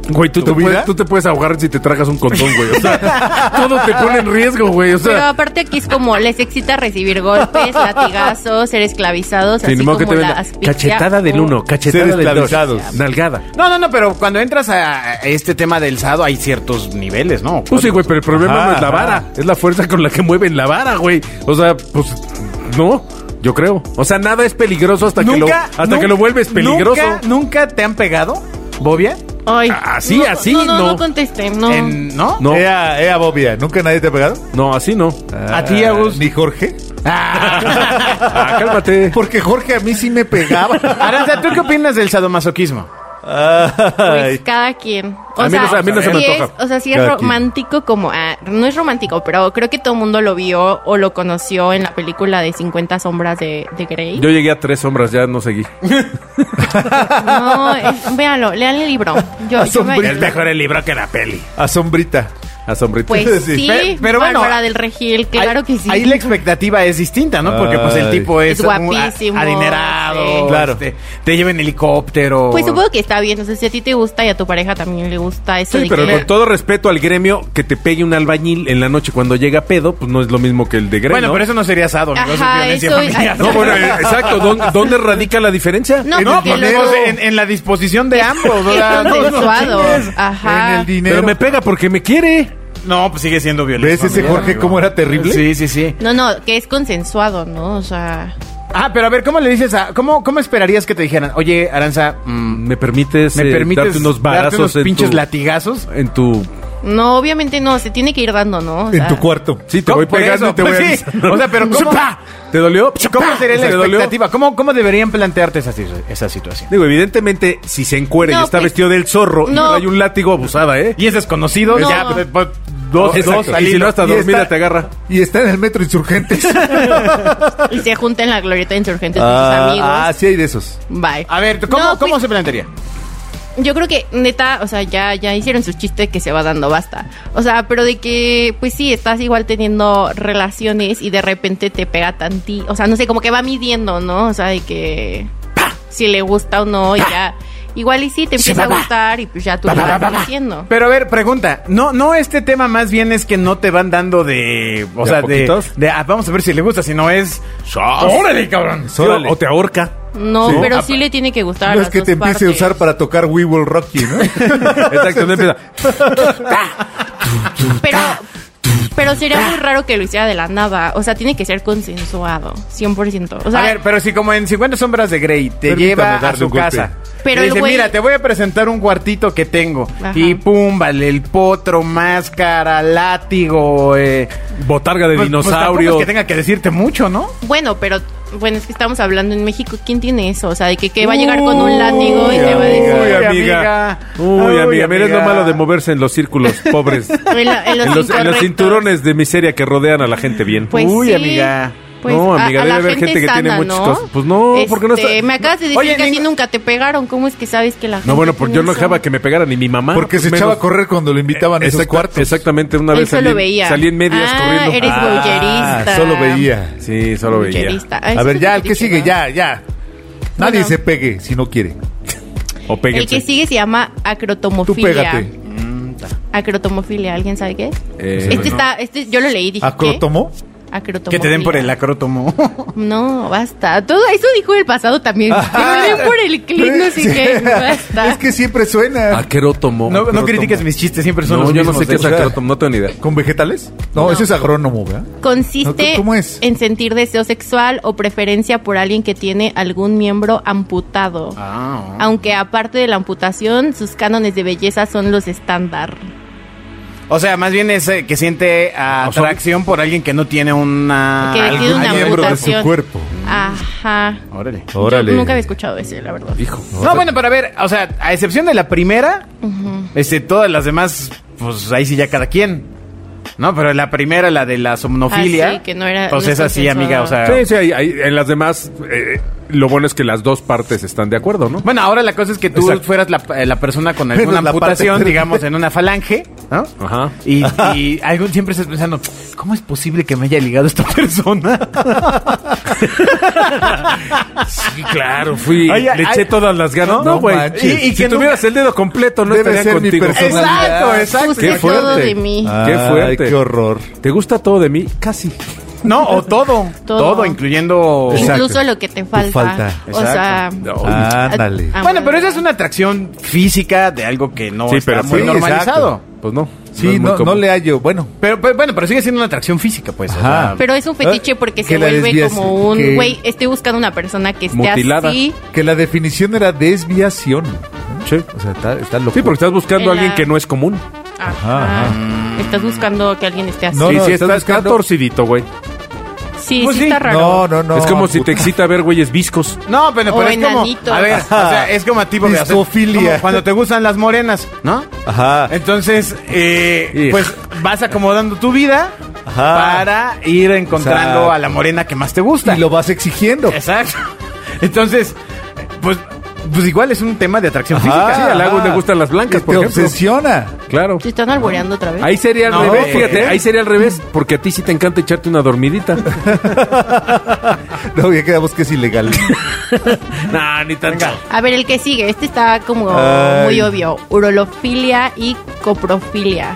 E: Güey, tú, te
B: vida?
E: puedes, tú te puedes ahogar si te tragas un condón, güey. O sea, (laughs) todo te pone en riesgo, güey. O
D: Pero
E: sea,
D: aparte aquí es como les excita
E: (laughs)
D: recibir golpes, latigazos, ser esclavizados,
E: sin
D: así
E: modo
D: como
E: que te
D: la
E: venga.
D: asfixia
E: Cachetada del
D: o-
E: uno, cachetada
B: Ser
E: del dos.
B: esclavizados.
E: Nalgada.
C: No, no, no, pero cuando entras a este tema del sado hay ciertos niveles, ¿no?
E: Pues sí, güey, pero el problema
B: Ajá,
E: no es la
B: ajá.
E: vara. Es la fuerza con la que mueven la vara, güey. O sea, pues, no. Yo creo. O sea, nada es peligroso hasta, que, lo, hasta
C: nun-
E: que lo vuelves peligroso.
C: Nunca, nunca te han pegado, Bobia.
D: Ay,
E: Así,
D: no,
E: así,
D: No, no,
E: no.
D: no contesté, no.
C: En- ¿No?
E: No.
B: Ea, ea, bobia. ¿Nunca nadie te ha pegado?
E: No, así no.
C: ¿A ti, Agus?
B: ¿Ni Jorge?
E: (laughs) Ah, cálmate.
B: Porque Jorge a mí sí me pegaba.
C: (laughs) Aranza, ¿tú qué opinas del sadomasoquismo?
D: Pues
B: Ay.
D: cada quien. O
E: A mí no
D: sea,
E: se- a mí no se me
D: sí es-
E: antoja.
D: o sea, sí es
B: Cada quien.
D: romántico como... ah, no es romántico, pero creo que todo el mundo lo vio o lo conoció en la película de 50 sombras de, de Grey.
E: Yo llegué a tres sombras, ya no seguí.
D: No, eh, véanlo, lean el libro. Yo, yo me-
B: Asombroso.
E: el libro que la peli.
B: A sombrita.
E: A sombrita.
D: Pues sí,
C: Pe- pero bueno,
D: Bárbara del Regil, claro
C: ahí,
D: que sí. Pues
C: Ahí la expectativa es distinta, ¿no? Porque pues el
B: Ay.
C: tipo es,
D: Es
C: un a-
D: guapísimo, sí.
C: adinerado,
B: Claro.
C: este, te lleva en helicóptero.
D: Pues supongo que está bien, o sea, si a ti te gusta y a tu pareja también le gusta eso
E: Sí,
D: de
E: pero
D: que-
E: con todo respeto al gremio, que te pegue un albañil en la noche cuando llega pedo, pues no es lo mismo que el de gremio.
C: Bueno, pero eso no sería asado,
D: Ajá,
C: amigos, es violencia
D: eso-
C: familiar.
E: No,
D: (laughs)
E: bueno, eh, exacto. ¿dó- ¿Dónde, radica la diferencia?
D: No,
B: en
D: porque
B: el
D: luego-
B: dinero.
C: en, en la disposición
D: (laughs)
C: de ambos.
D: Es
C: ¿verdad? No, no,
D: consensuado.
C: chingues.
D: Ajá.
B: En el dinero.
E: pero me pega porque me quiere.
C: No, pues sigue siendo violencia.
B: ¿Ves ese
C: familiar,
B: Jorge
C: amigo.
B: cómo era terrible?
C: Sí, sí, sí.
D: No, no, que es consensuado, ¿no? O sea,
C: Ah, pero a ver, ¿cómo le dices a... ¿Cómo, cómo esperarías que te dijeran? Oye, Aranza, mm,
E: ¿Me permites,
C: ¿me
E: eh,
C: permites
E: darte unos
C: darte unos
E: barazos en,
C: pinches
E: tu,
C: latigazos?
E: en tu...
D: no, obviamente no, se tiene que ir dando, ¿no? O sea,
B: En tu cuarto.
E: Sí, te
C: ¿Cómo?
E: voy
C: Por
E: pegando
C: eso,
E: y te
C: pues
E: voy
C: (laughs) sí.
E: avisando.
C: O sea, pero ¿cómo?
E: ¡Chupa! ¿Te dolió?
C: ¿Cómo sería la
E: ¿Te dolió?
C: expectativa? ¿Cómo, ¿Cómo deberían plantearte esa, si- esa situación?
E: Digo, evidentemente, si se encuera y
D: No,
E: está
D: pues-
E: vestido del zorro y
D: No.
E: no hay un látigo abusada, ¿eh?
C: Y es desconocido,
D: No.
C: ya, pues, pues, dos,
E: Exacto.
C: dos al
E: y si no,
C: hilo.
E: hasta
B: Y
E: dormida
B: está-
E: te agarra.
B: Y está en el
D: (laughs)
B: metro Insurgentes.
D: Y se junta en la glorieta de insurgentes con sus amigos.
B: ah, ah, sí hay de esos.
D: Bye.
C: A ver, ¿cómo,
D: No,
C: cómo
D: pues,
C: se plantearía?
D: Yo creo que, neta, o sea, ya, ya hicieron sus chistes que se va dando, basta. O sea, pero de que, pues sí, estás igual teniendo relaciones y de repente te pega tanti. O sea, no sé, como que va midiendo, ¿no? O sea, de que. ¡pa! Si le gusta o no, y ya. Igual y sí, te
C: Sí, va,
D: empieza a
C: va.
D: gustar y pues ya tú
C: Va,
D: lo
C: va,
D: vas
C: va, va.
D: conociendo.
C: Pero a ver, pregunta. No, no, este tema más bien es que no te van dando de. O
B: ¿De
C: sea, de.
B: a poquitos?
C: de, ah, vamos a ver si le gusta, si no es. ¡Órale, cabrón!
E: Sí, o- O te ahorca.
C: (laughs)
D: No,
B: Sí.
D: pero
B: Ah,
D: sí le tiene que gustar a
B: No
D: las
B: es que
D: dos
B: te empiece a
D: partes.
B: usar para tocar We Will Rock You, ¿no?
E: (laughs) Exacto, no empieza.
D: Pero, pero sería muy raro que lo hiciera de la nada. O sea, tiene que ser consensuado, 100%. O sea,
C: a ver, pero si como en 50 sombras de Grey te
B: Permítame
C: lleva a
B: darle
C: su
B: un golpe.
C: casa.
D: Pero
C: Pero
D: el
C: dice,
D: güey-
C: mira, te voy a presentar un cuartito que tengo.
D: Ajá.
C: Y pum, vale, el potro, máscara, látigo, eh,
E: Botarga de
C: pues- pues
E: dinosaurio.
C: tampoco es que tenga que decirte mucho, ¿no?
D: bueno, pero bueno, es que estamos hablando en México. ¿Quién tiene eso? O sea, de que, que va a llegar con un látigo y te va a decir.
E: Uy,
C: Uy,
E: amiga.
C: amiga.
E: Uy,
C: Uy,
E: amiga. Mira, es lo
C: amiga.
E: malo de moverse en los círculos pobres.
D: En, la- en
E: en, los,
D: los,
E: en los
D: incorrectos.
E: cinturones de miseria que rodean a la gente bien.
D: Pues
C: Uy,
D: sí,
C: amiga.
D: Pues,
E: No,
D: a-
E: amiga,
D: a
E: debe
D: la
E: haber gente que tiene
D: sana,
E: muchas
D: ¿no?
E: cosas. Pues no, porque no
D: Este,
E: está-
D: Me acabas de decir
C: Oye,
D: que a ti
C: ningún-
D: nunca te pegaron. ¿Cómo es que sabes que la gente
E: No, bueno, porque yo
D: tiene
E: no
D: eso?
E: dejaba que me pegara ni mi mamá.
B: Porque se
E: menos-
B: echaba a correr cuando lo invitaban a esos
E: Exacta-
B: cuartos.
E: Exactamente, una
D: Él
E: vez salí,
D: solo
E: en-
D: veía.
E: salí en medias
D: Ah,
E: corriendo.
D: eres voyerista.
B: solo veía.
E: Sí, solo veía.
D: Bullerista. Ay,
B: A
D: sí
B: ver,
D: te
B: ya, el que
D: dije,
B: sigue,
D: ¿no?
B: ya, ya. Nadie
D: Bueno.
B: se pegue si no quiere.
E: O
D: El
E: péguense.
D: que sigue se llama
B: Tú
D: acrotomofilia.
B: pégate.
D: Acrotomofilia, ¿alguien sabe qué? es?
E: Eh,
D: este
E: no.
D: está, este yo lo leí, dije.
B: ¿Acrotomó?
D: ¿qué? Acrotomofilia.
C: Que te den por el acrótomo. (laughs)
D: No, basta. Todo eso dijo en el pasado
B: (laughs)
D: también. Que me den por el clic, no sé
B: Sí.
D: qué. Basta.
B: (laughs) Es que siempre suena.
E: Aquerótomo.
C: No, no critiques mis chistes, siempre son
E: No,
C: los
E: yo no
C: mismos.
E: sé qué
C: de
E: es
C: hecho.
E: aquerótomo, no tengo ni idea.
B: ¿Con vegetales? No,
D: No.
B: eso es agrónomo, ¿verdad?
D: Consiste
B: No, ¿cómo es?
D: en sentir deseo sexual o preferencia por alguien que tiene algún miembro amputado.
C: Ah, ah.
D: Aunque aparte de la amputación, sus cánones de belleza son los estándar.
C: O sea, más bien es eh, que siente
E: O sea,
C: atracción por alguien que no tiene una.
D: Que tiene una
B: Ah, miembro de su
D: amputación.
B: cuerpo.
D: Ajá.
C: Órale.
D: Yo nunca había escuchado ese, la verdad.
E: Hijo.
C: No, bueno, pero a ver, o sea, a excepción de la primera, este, todas las demás, pues ahí sí ya cada quien. No, pero la primera, la de la somnofilia.
D: Ah, sí, que no era-
C: Pues
D: no
C: es
D: es
C: así, amiga, o sea.
E: Sí, sí, ahí- ahí- en las demás, eh, lo bueno es que las dos partes están de acuerdo, ¿no?
C: Bueno, ahora la cosa es que tú
E: Exacto.
C: fueras la, eh, la persona con
B: Menos
C: alguna
B: la parte
C: amputación,
B: verde.
C: digamos, en una falange, ¿no?
E: Ajá.
C: Y, y algo siempre estás pensando, ¿cómo es posible que me haya ligado esta (laughs) persona?
E: Sí, claro, fui.
C: Ay, ay,
E: le
C: ay.
E: eché todas las ganas.
B: No,
E: No, güey.
B: manches.
E: y, y
C: Y
E: si
C: que
E: tuvieras el dedo completo, no
B: Debe
E: estaría
B: ser mi
E: contigo.
B: persona. Exacto,
D: exacto.
E: Qué fuerte.
D: todo de mí.
E: Qué
B: Ay,
E: fuerte.
B: qué horror.
E: ¿Te gusta todo de mí? Casi.
C: No, o todo.
D: Todo.
C: Todo, incluyendo...
B: Exacto.
D: Incluso lo que te falta.
B: falta.
D: O sea,
E: Exacto.
B: Ándale.
D: Ah,
C: Bueno, pero esa es una atracción física de algo que no
E: Sí,
C: está
E: pero
C: muy
B: sí,
C: normalizado.
B: exacto.
E: Pues no.
B: Sí,
E: es muy
B: no, no
E: común.
B: le hallo. Bueno,
C: Pero, pero, bueno, pero sigue siendo una atracción física, pues. o
B: Ajá.
C: sea,
D: Pero es un fetiche
B: Ah,
D: porque se
B: que la
D: vuelve
B: desvías,
D: como un
B: que-
D: güey, estoy buscando una persona que esté
E: Mutilada.
D: así.
B: que la definición era desviación.
E: Sí.
B: O sea, está, está loco.
E: Sí, porque estás buscando a
D: En la-
E: alguien que no es común.
D: Ajá. Estás buscando que alguien esté así.
B: No,
E: sí,
B: no,
E: sí,
B: estás
E: está, está
B: buscando-
E: torcidito, güey.
D: sí,
C: pues
D: sí,
C: sí.
D: está raro.
B: No, no, no.
E: es como si te excita ver güeyes viscos.
C: No, pero,
D: O
C: pero es
D: enanitos.
C: como. A ver, o sea, es como tipo de.
B: Discofilia.
C: como Cuando te gustan las morenas, ¿no?
B: Ajá.
C: Entonces, eh,
E: Ij.
C: pues vas acomodando tu vida
B: Ajá.
C: para ir encontrando
B: Exacto.
C: a la morena que más te gusta.
B: Y lo vas exigiendo.
C: Exacto. Entonces, pues, pues igual es un tema de atracción
B: Ajá.
C: física.
E: Sí, al lago le gustan las blancas,
B: Que
E: por
B: Ah, te
E: ejemplo.
B: obsesiona.
E: Claro.
D: ¿Se están alboreando otra vez?
E: Ahí sería al
C: No,
E: revés,
C: ¿por
E: fíjate,
C: qué?
E: ahí sería al revés, porque a ti sí te encanta echarte una
B: (laughs)
E: dormidita.
B: No, ya quedamos que es ilegal.
E: (laughs) no, ni tanto.
D: A ver, el que sigue. Este está como
B: Ay.
D: muy obvio. Urolofilia y coprofilia.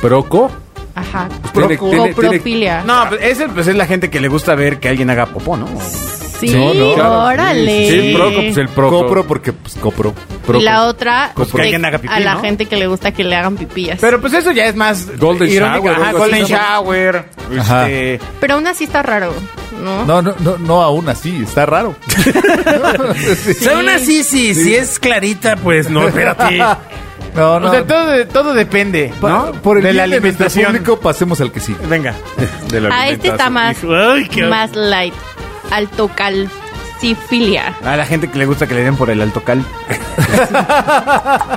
E: Proco.
D: Ajá.
E: tiene-
D: Coprofilia.
E: tiene- tiene-
C: No, pues, ese pues, es la gente que le gusta ver que alguien haga popó, ¿no?
D: Sí,
E: No, no, claro.
D: órale.
E: Sí, proco, pues el proco.
B: Copro porque, pues, copro.
D: Y la otra,
C: Pues que
D: de-
C: alguien haga pipí,
D: a la
C: ¿no?
D: gente que le gusta que le hagan pipillas. Pero,
C: Pero pues eso ya es más
E: Golden
C: irónico.
E: shower,
C: Ajá,
E: algo
C: golden
E: así.
C: shower.
B: Ajá.
C: Este,
D: aún así está raro, ¿no?
B: No, no, no, no aún así.
E: (laughs)
B: Está raro.
D: Sí.
B: (laughs)
E: Aún así, sí, si es clarita, pues no, espérate.
B: No, no.
C: O sea, todo, todo depende,
B: Pa-
C: ¿no?
B: Por el
C: de la
B: bien de nuestro
C: alimentación.
B: público, pasemos al que sigue. (laughs)
C: Venga.
E: De la
D: Ah, este
E: alimentación.
D: está más,
E: Ay, qué-
D: más light. Altocalcifilia.
C: A la gente que le gusta que le den por el altocal.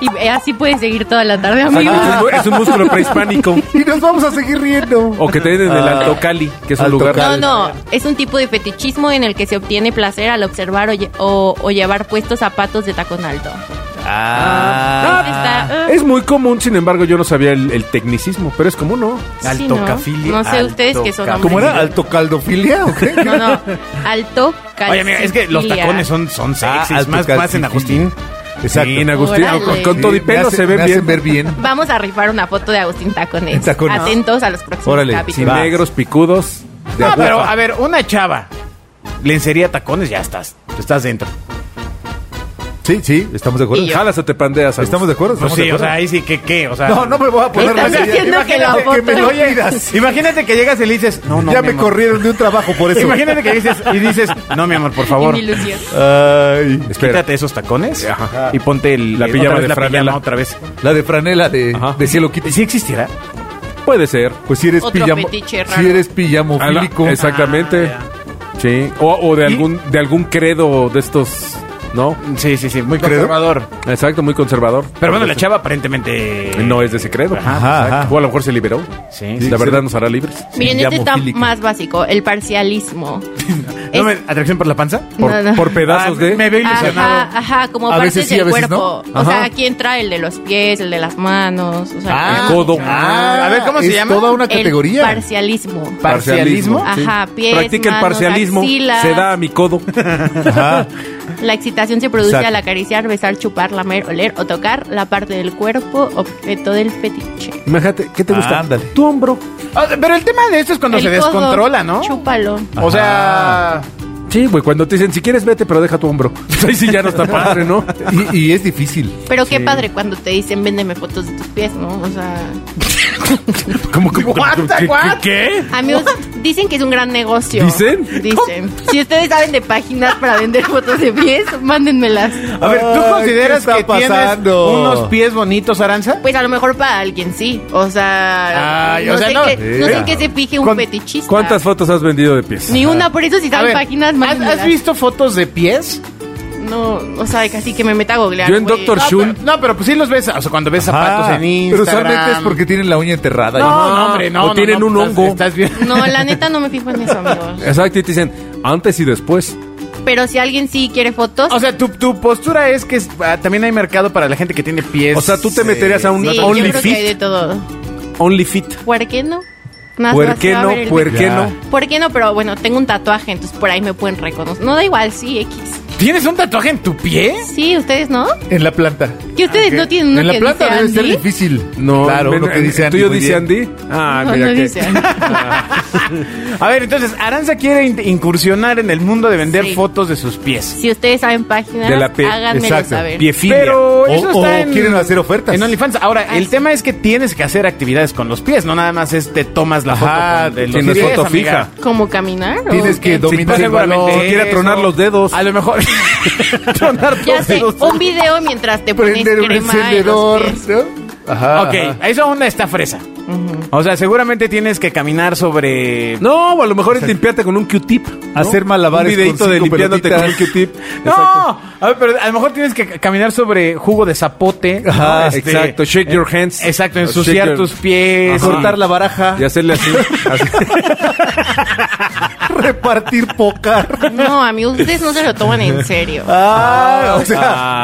D: Y eh, así puedes seguir toda la tarde,
E: Exacto,
D: amigos.
E: es un- Es un músculo prehispánico.
B: Y nos vamos a seguir riendo.
E: O que te den el
B: Ah.
E: Alto Cali, que es un
B: Alto
E: lugar.
B: Cali.
D: No, no, es un tipo de fetichismo en el que se obtiene placer al observar o, lle- o- o llevar puestos zapatos de tacón alto.
B: Ah.
D: Está, eh,
E: Es muy común, sin embargo, yo no sabía el, el tecnicismo, pero es común, ¿no?
D: sí, ¿no?
C: Altocafilia,
D: No sé ustedes que son
C: altoca-
D: hombres.
B: ¿Cómo era? ¿Alto caldofilia o qué?
D: No, no, alto
C: Oye, mira, Ah. es que los tacones son, son sexys.
B: Ah,
C: más, más en
B: altocacifilia.
C: Agustín.
B: Exacto.
E: Bien, Agustín.
D: Órale.
E: Con, con todo y
B: Sí,
E: pelo
B: me hace-
E: se ve
B: me
E: bien.
B: hacen ver bien.
D: Vamos a rifar una foto de Agustín Tacones.
B: En tacones.
D: Atentos a los próximos
B: Órale,
E: Sin
D: capítulos.
B: Va.
E: negros, picudos. De
C: No,
E: aguja.
C: pero a ver, una chava. Lencería, tacones, ya estás. Estás dentro.
B: Sí, sí, estamos de acuerdo.
D: Y yo.
E: Jalas o te pandeas. Agus.
B: ¿Estamos de acuerdo?
C: Pues
B: ¿Estamos
C: sí,
B: de
C: o
B: acuerdo?
C: sea, ahí sí que qué, o sea.
B: no, no me voy a poner
D: Estás
B: más allá.
D: haciendo que la
B: Imagínate que me lo
D: foto-
C: (laughs)
B: pidas.
C: Imagínate que llegas y le dices, no, no.
B: ya
C: mi
B: me
C: amor.
B: corrieron de un trabajo por eso.
C: Imagínate que dices y dices, no, mi amor, por favor.
D: Y mi ilusión.
B: Ay,
E: Espera.
C: Quítate esos tacones
E: Ajá.
C: y ponte el-
E: La
C: el-
E: pijama
C: otra vez
E: de
C: la
E: franela.
C: pijama otra vez.
B: la de franela de,
E: Ajá.
B: de Cielo Kitty.
C: ¿Sí existirá?
E: Puede ser.
B: Pues si eres
D: Otro
B: pijamo,
D: fetiche raro.
B: si eres pijamofílico.
E: Ah, Exactamente.
C: Ah,
E: sí. O, o de
C: ¿Y?
E: algún de algún credo de estos, ¿no?
C: Sí, sí, sí, muy
B: ¿Credo?
C: conservador.
E: Exacto, muy conservador.
C: Pero bueno, la chava aparentemente
E: no es de ese credo.
B: Ajá, ajá.
E: O a lo mejor se liberó.
C: Sí, sí,
E: La
C: sí.
E: verdad nos hará libres.
D: Miren, este está
B: Pijamofílico.
D: más básico, el parcialismo.
C: ¿No me-
D: Es-
C: atracción por la panza?
E: Por,
D: No, no.
E: por pedazos
C: Ah,
E: de.
C: Me veo ilusionado.
D: Ajá, ajá, como
B: A
D: partes
B: veces sí,
D: del
B: a veces
D: cuerpo.
B: no.
D: O sea,
B: Ajá.
D: aquí entra el de los pies, el de las manos, o sea,
E: Ah, el codo.
C: A ver, ¿cómo se
B: es
C: llama?
B: toda una
D: el
B: categoría.
D: parcialismo.
C: ¿Parcialismo?
E: Sí.
D: Ajá, pies,
E: Practica
D: manos,
E: el parcialismo.
D: axilas.
E: Se da a mi
D: (laughs)
E: codo.
B: Ajá.
D: La excitación se produce
B: Exacto.
D: al acariciar, besar, chupar, lamer, oler o tocar la parte del cuerpo objeto del fetiche.
E: Imagínate, ¿qué te gusta?
B: Ándale.
E: Tu hombro.
C: Ah, Pero el tema de esto es cuando
D: El
C: se
D: codo,
C: descontrola, ¿no?
D: Chúpalo.
C: O sea,
E: Sí, güey, cuando te dicen, si quieres vete, pero deja tu hombro. (laughs) Pues Ahí sí ya no está padre, ¿no?
B: Y, y es difícil.
D: Pero qué padre cuando te dicen, véndeme fotos de tus pies, ¿no? O sea,
E: ¿Cómo, cómo,
C: What
E: cómo,
C: the
E: qué-
C: what?
E: ¿Qué?
D: amigos, dicen que es un gran negocio.
E: ¿Dicen?
D: Dicen. Si ustedes saben de páginas para vender fotos de pies, mándenmelas.
C: a ver, ¿tú
B: Ay,
C: consideras
B: ¿qué está
C: que tienes
B: pasando?
C: unos pies bonitos, Aranza?
D: Pues a lo mejor para alguien sí. O sea,
C: Ay,
D: no,
C: o sea,
D: sé
C: no.
D: qué- no sé
B: Sí.
D: en qué se fije un
E: ¿Cuán-
D: fetichista.
E: ¿Cuántas fotos has vendido de pies?
D: Ni una, por eso si
C: A
D: saben
C: ver,
D: páginas,
C: ¿has,
D: mándenmelas.
C: has visto fotos de pies?
D: No, o sea, casi que me meta a googlear.
E: Yo en
D: güey.
E: Dr.
C: No,
E: Shun.
C: pero, no, pero pues sí los ves, o sea, cuando ves zapatos
B: Ajá.
C: en Instagram.
B: Ah, Pero usualmente es porque tienen la uña enterrada.
C: No,
E: No,
C: no, hombre, no.
E: o
C: no,
E: tienen
C: no,
E: un
C: estás-
E: hongo.
C: Estás bien.
D: No, la neta no me fijo en eso, amigos.
E: Exacto, y te dicen, antes y después.
D: Pero si alguien sí quiere fotos,
C: O sea, tu, tu postura es que es- ah, también hay mercado para la gente que tiene pies.
E: O sea, tú te meterías a un
D: sí, yo
E: Only
D: creo que hay de
E: Fit.
D: todo.
E: Only Fit.
D: ¿Por qué no? Nada más
E: ¿Por qué
D: va a ver
E: no?
D: el-
E: ¿Por qué
B: Ya.
E: no?
D: ¿Por qué no? Pero bueno, tengo un tatuaje, entonces por ahí me pueden reconocer. No da igual, sí, X.
C: ¿Tienes un tatuaje en tu pie?
D: Sí, ustedes no.
B: En la planta.
D: Que ustedes no tienen uno
B: en la
D: que
B: planta
D: dice
B: debe ser
D: Andy?
B: difícil.
E: No, eh,
B: claro,
E: ven,
B: uno que dice
E: el
B: Andy.
E: ¿Tuyo
B: muy
E: dice
B: bien.
E: Andy? Ah,
D: No,
E: mira
D: no
E: que-
D: dice.
C: A ver, entonces, Aranza quiere in- incursionar en el mundo de vender
D: Sí.
C: fotos de sus pies.
D: Si ustedes saben páginas,
E: De la piel,
D: háganmelo
B: exacto,
D: saber.
E: Piefilia.
C: Pero
B: O-
C: eso está
B: o
C: en,
B: quieren hacer ofertas.
C: En OnlyFans. Ahora,
D: Ah,
C: el
D: sí.
C: tema es que tienes que hacer actividades con los pies, no nada más es te tomas la foto
B: Ajá,
C: con- de los
E: si no es
C: pies,
E: foto
C: amiga.
E: fija.
D: ¿Cómo caminar? o
B: Tienes que
D: qué?
B: dominar
C: Sí,
B: el
C: seguramente
B: balón.
C: es.
E: Quiere tronar los dedos.
C: A lo (laughs) mejor tronar los
D: Ya sé,
C: dedos.
D: un video mientras te pones
B: Prender un
D: crema en los
B: encendedor.
D: pies.
B: ¿no? Ajá.
C: Ok,
B: ajá.
C: eso aún está fresa. O sea, seguramente tienes que caminar sobre.
E: No, o a lo mejor es limpiarte con un Q-tip. ¿no?
B: Hacer malabares
E: Un videito
B: con
E: de
B: cinco
E: limpiándote con un
B: pelotitas. (laughs)
E: Q-tip.
C: No, a ver, pero a lo mejor tienes que ca- caminar sobre jugo de zapote. ¿no?
E: Ajá,
C: Este,
E: Ah, exacto. Shake your hands.
C: Exacto,
E: O
C: ensuciar
E: shake your-
C: tus pies.
E: Ajá.
B: Cortar la baraja.
E: Y hacerle así. así.
B: Repartir pócar.
D: No, amigos, ustedes no se lo toman en serio.
B: Ah, o sea,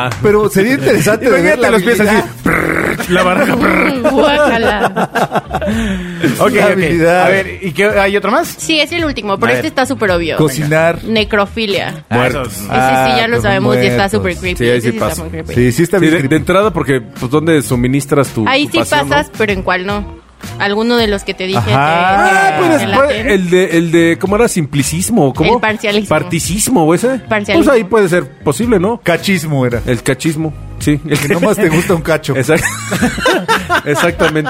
E: Ah.
B: pero sería interesante de ver la
E: Imagínate los pies así.
B: habilidad.
E: La baraja.
D: Mm, guácala.
C: Ok, ok.
B: habilidad.
C: A ver, ¿y qué, hay otro más?
D: Sí, es el último,
C: A
D: pero
C: ver.
D: este está súper obvio.
B: Cocinar.
D: Necrofilia.
E: Muertos.
C: Ah,
D: Ese
C: esos.
B: Ah,
D: sí, ya lo
B: los
D: sabemos y está
B: muertos.
D: súper creepy.
E: Sí, ahí
D: Ese
E: sí
D: está
E: pasa.
D: muy creepy.
B: Sí, sí está
E: Sí,
B: bien.
E: de, de
B: creepy.
E: entrada, porque pues dónde suministras tu.
D: Ahí
E: tu
D: sí
E: pasión,
D: pasas,
E: uh, ¿no?
D: pero en cuál no. Alguno de los que te dije.
B: Ajá.
E: Ah,
D: que- que-
E: pues
D: que
E: después,
D: laten.
E: el de, el de, ¿cómo era? Simplicismo, ¿cómo?
D: El parcialismo.
E: Particismo, ¿o ese?
D: Parcialismo.
E: Pues ahí puede ser posible, ¿no?
B: Cachismo era.
E: El cachismo, sí. El
B: Que nomás te gusta un cacho.
E: Exact- (laughs) Exactamente.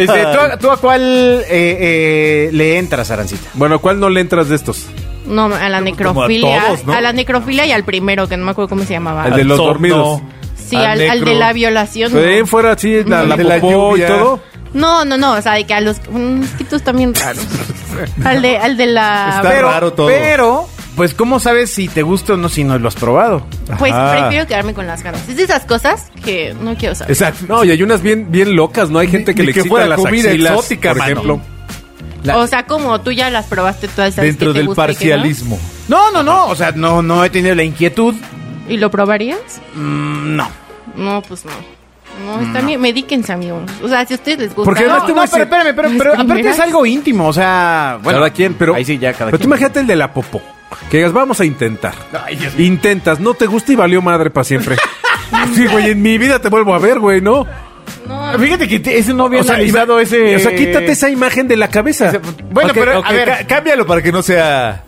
C: Este, ¿tú, a- tú a cuál eh, eh, le entras, Arancita?
E: Bueno, ¿cuál no le entras de estos?
D: No, a la necrofilia. a,
B: todos, ¿no?
D: la necrofilia y al primero, que no me acuerdo cómo se llamaba.
E: El de los
B: Al
E: dormidos.
B: torno.
D: sí, al, al
B: Ah, necro.
D: de la violación.
E: Pero de ahí en fuera así, la,
B: Al
E: la
B: de la
E: popó y
B: lluvia.
E: todo.
D: No, no, no, o sea, de que a los mm, mosquitos también
B: (laughs)
D: raros. Al de, al de la...
B: Está raro todo.
C: Pero, pues, ¿cómo sabes si te gusta o no si no lo has probado?
D: Pues
B: Ajá.
D: prefiero quedarme con las ganas. Es de esas cosas que no quiero saber.
B: Exacto.
E: No, y hay unas bien, bien locas, ¿no? Hay gente que
B: ni
E: le
B: que
E: excita
B: fuera
E: las
B: comida
E: axilas,
B: exótica,
E: por
B: mano.
E: ejemplo.
B: la-
D: O sea, como tú ya las probaste todas esas
B: Dentro del parcialismo.
C: No, no, no. O sea, no, no he tenido la inquietud.
D: ¿Y lo probarías?
C: Mm, no.
D: No, pues no. No, está bien, medíquense, amigos. O sea, si a ustedes les gusta.
E: Porque
D: no,
E: además te voy a
C: No, pero
B: Pues,
E: decir-
C: espérame, pero,
D: Las
C: pero aparte
D: primeras.
C: es algo íntimo, o sea, bueno.
E: cada quien, pero.
C: Ahí sí, ya cada
E: Pero tú
C: quien.
E: imagínate el de la popó. Que digas, vamos a intentar.
C: Ay, Dios mío. (laughs)
E: Intentas, no te gusta y valió madre para siempre. Sí, güey, en mi vida te vuelvo a ver, güey, ¿no?
C: Ah, Fíjate que te- ese no había analizado
E: iba-
C: ese.
E: o sea, quítate esa imagen de la cabeza.
C: ese- Bueno,
B: Ok,
C: pero
B: ok,
C: a
B: ca-
C: ver.
B: cámbialo para que no sea.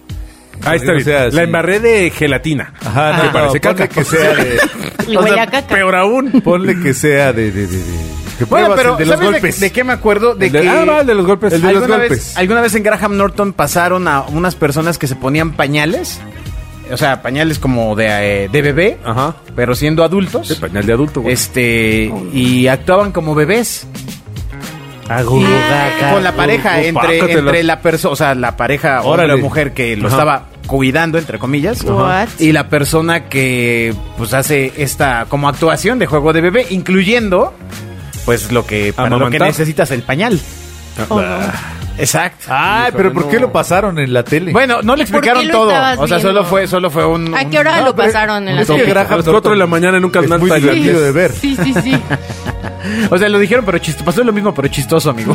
E: Ahí está
B: O
E: bien.
B: sea, sí.
E: La embarré de gelatina.
B: Ajá,
E: que
B: no,
E: parece
B: Ah, ponle
E: caca.
B: que sea (laughs) de.
D: Y
B: o
D: huele
B: sea,
D: a
B: (laughs)
D: caca.
E: Peor aún.
B: Ponle que sea de. de, de, de- que
C: Bueno,
B: pruebas
C: pero
B: el de los
C: ¿sabes de-
B: golpes.
C: De, qué me acuerdo? De
B: El de-
C: que
B: ah, va, el de los golpes. El de los
C: ¿Alguna vez-
B: golpes.
C: alguna vez en Graham Norton pasaron a unas personas que se ponían pañales. O sea, pañales como de, eh, de bebé,
B: Ah.
E: Ajá.
C: pero siendo adultos.
E: Sí, pañal de adulto, güey.
C: este y actuaban como bebés con la pareja entre,
E: Opácatela.
C: entre la persona o sea la pareja o
E: Órale.
C: la mujer que lo
E: Ajá.
C: estaba cuidando entre comillas
D: What?
C: y la persona que pues hace esta como actuación de juego de bebé incluyendo pues lo que para lo que
E: Amamantar.
C: necesitas el pañal exacto
B: Ay, pero ¿por qué lo pasaron en la tele?
C: bueno no le
D: ¿Por qué
C: explicaron
D: lo
C: todo
D: estabas
C: o sea
D: viendo?
C: solo fue solo fue un,
D: ¿A
C: un-
D: qué hora
B: No,
D: lo
B: pero-
D: pasaron en la
B: es que
D: tele?
B: Graham
E: A las cuatro de la mañana en un canal
B: Es muy
E: tailandés.
B: divertido
E: (laughs)
B: de ver.
D: Sí, sí,
B: (laughs)
D: sí.
C: o sea lo dijeron pero chistoso pasó lo mismo pero chistoso amigo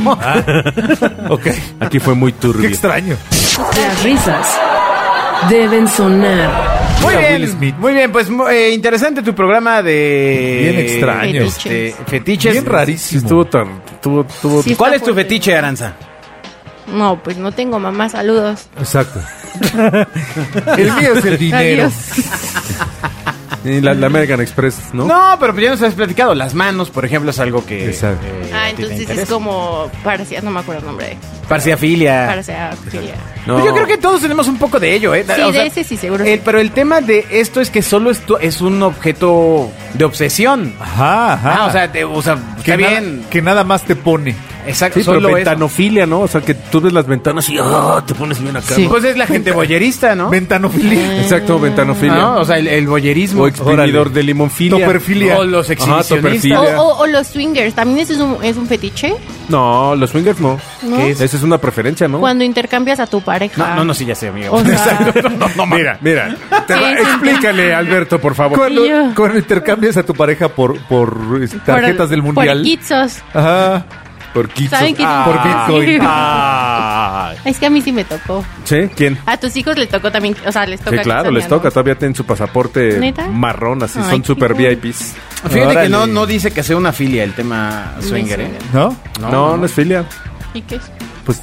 D: (laughs)
B: ok.
E: Aquí fue muy
B: Qué
E: turbio.
B: extraño.
A: Las risas deben sonar.
C: Muy
B: Era
C: bien,
B: Will Smith.
C: muy bien, pues mu- eh, interesante tu programa de...
B: Bien extraño.
C: Fetiches. fetiches.
B: Bien rarísimo.
E: Estuvo tan. Tuvo, tuvo.
D: Sí.
C: ¿Cuál
D: Está
C: es tu
D: fuerte.
C: fetiche, Aranza?
D: No, pues no tengo mamá, saludos.
B: Exacto. (laughs) el mío es el dinero.
D: Adiós.
E: (laughs) Y La, la American Express, ¿no?
C: ¿No? pero ya nos has platicado. Las manos, por ejemplo, es algo que...
B: Exacto.
C: Eh,
D: Ah, entonces es como parcia, no me acuerdo el nombre.
C: Parciafilia.
D: Parcia, filia.
E: No.
C: Pues Yo creo que todos tenemos un poco de ello, ¿eh?
D: Sí, de ese sí, seguro
C: el-
D: sí.
C: Pero el tema de esto es que solo esto es un objeto de obsesión.
B: Ajá, ajá.
C: Ah, o sea, te- o sea,
B: que
C: está bien.
B: Nada, que nada más te pone.
C: Exacto,
E: Sí, pero
C: solo eso.
E: ventanofilia, ¿no? O sea, que tú ves las ventanas y ah, te pones bien acá.
D: Sí.
E: ¿no?
C: Pues es la gente boyerista, ¿no?
B: Ventanofilia. (laughs)
E: Exacto, ventanofilia.
C: ¿No? O sea, el, el boyerismo.
E: o exprimidor
B: Órale.
E: de limonfilia.
B: Toperfilia.
C: O los
E: Ajá,
C: exhibicionistas.
D: O,
E: toperfilia.
D: o- o los swingers, ¿también ese es un, es un fetiche?
E: No, los swingers no.
D: ¿No?
E: ¿Qué es? Esa es una preferencia, ¿no?
D: Cuando intercambias a tu pareja.
C: No, no, no, sí, ya sé, amigo.
D: O sea,
E: Mira, mira. te va-
D: Sí, sí.
E: explícale, Alberto, por favor.
B: Cuando,
D: Y yo.
B: cuando intercambias a tu pareja por, por eh,
D: por-
B: tarjetas del mundial.
D: Por kitsos.
B: Ajá. Por Kitsos.
D: ¿Saben qué?
B: Ah, por
E: (laughs)
D: (laughs)
B: Bitcoin.
E: Ah.
D: Es que a mí sí me tocó.
E: ¿Sí? ¿Quién?
D: A tus hijos les tocó también, o sea, les toca.
E: Sí, claro,
D: quizá,
E: les
D: ¿no?
E: toca. Todavía tienen su pasaporte
D: ¿Neta?
E: marrón, así.
D: Ay,
E: son
D: qué
E: super
D: padre.
E: VIPs.
C: Fíjate
B: Órale.
C: que no, no dice que sea una filia el tema swinger, ¿eh?
D: swinger.
B: ¿No?
E: No, no, es filia.
D: ¿Y qué es?
E: Pues,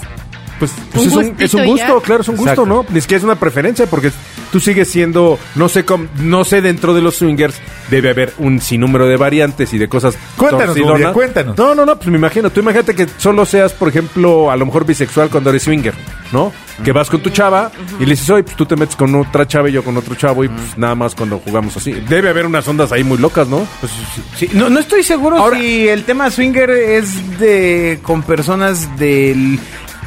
E: pues,
D: Un
E: es, un,
D: gustito
E: es un gusto,
D: ya.
E: claro, es un gusto,
B: Exacto.
E: ¿no? Ni siquiera es una preferencia, porque tú sigues siendo, no sé, cómo- no sé, dentro de los swingers debe haber un sinnúmero de variantes y de cosas.
B: Cuéntanos,
E: torcidonas.
B: Bobia, cuéntanos.
E: No, no, no, pues me imagino. Tú imagínate que solo seas, por ejemplo, a lo mejor bisexual cuando eres swinger, ¿no? Que vas con tu chava y le dices, oye, pues tú te metes con otra chava y yo con otro chavo y pues nada más cuando jugamos así. Debe haber unas ondas ahí muy locas, ¿no? Pues,
C: Sí, no, no estoy seguro
E: Ahora-
C: si el tema swinger es de con personas del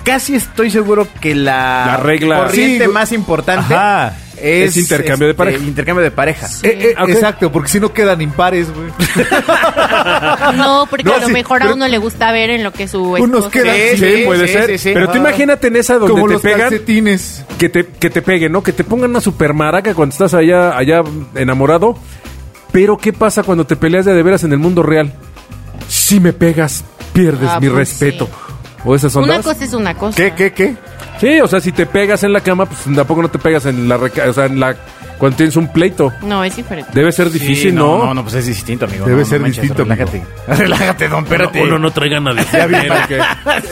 C: casi estoy seguro que la,
E: La regla-
C: corriente
B: Sí,
C: más importante
B: Ajá.
C: es, este,
E: Es intercambio de pareja.
C: intercambio de pareja.
B: Eh, eh,
E: Ok.
B: Exacto, porque si no quedan impares, güey.
D: No, porque
B: No,
D: a lo
B: sí,
D: mejor
B: pero-
D: a uno le gusta ver en lo que su
B: Unos
D: esposo-
B: quedan
C: Sí,
E: sí, puede
C: sí,
E: ser.
C: sí, sí.
B: (laughs)
E: Pero tú
C: Ah.
E: imagínate en esa donde
B: Como
E: te
B: los
E: pegan.
B: calcetines.
E: que te, que te peguen, ¿no? Que te pongan una super maraca cuando estás allá, allá enamorado. Pero, ¿qué pasa cuando te peleas de, de veras en el mundo real? Si me pegas, pierdes
D: Ah,
E: mi
D: pues
E: respeto. O esas son
D: Una cosa es una cosa.
B: ¿Qué, qué, qué?
E: Sí, o sea, si te pegas en la cama, pues tampoco no te pegas en la reca- o sea, en la cuando tienes un pleito.
D: No, es diferente.
E: Debe ser difícil,
C: Sí,
E: ¿no?
C: No, no, pues es distinto, amigo.
B: Debe
C: No, no
B: ser
C: manches,
B: distinto,
C: Relájate. (laughs) Relájate, don, espérate.
E: no traiga nada (laughs)
B: Ya vi para qué.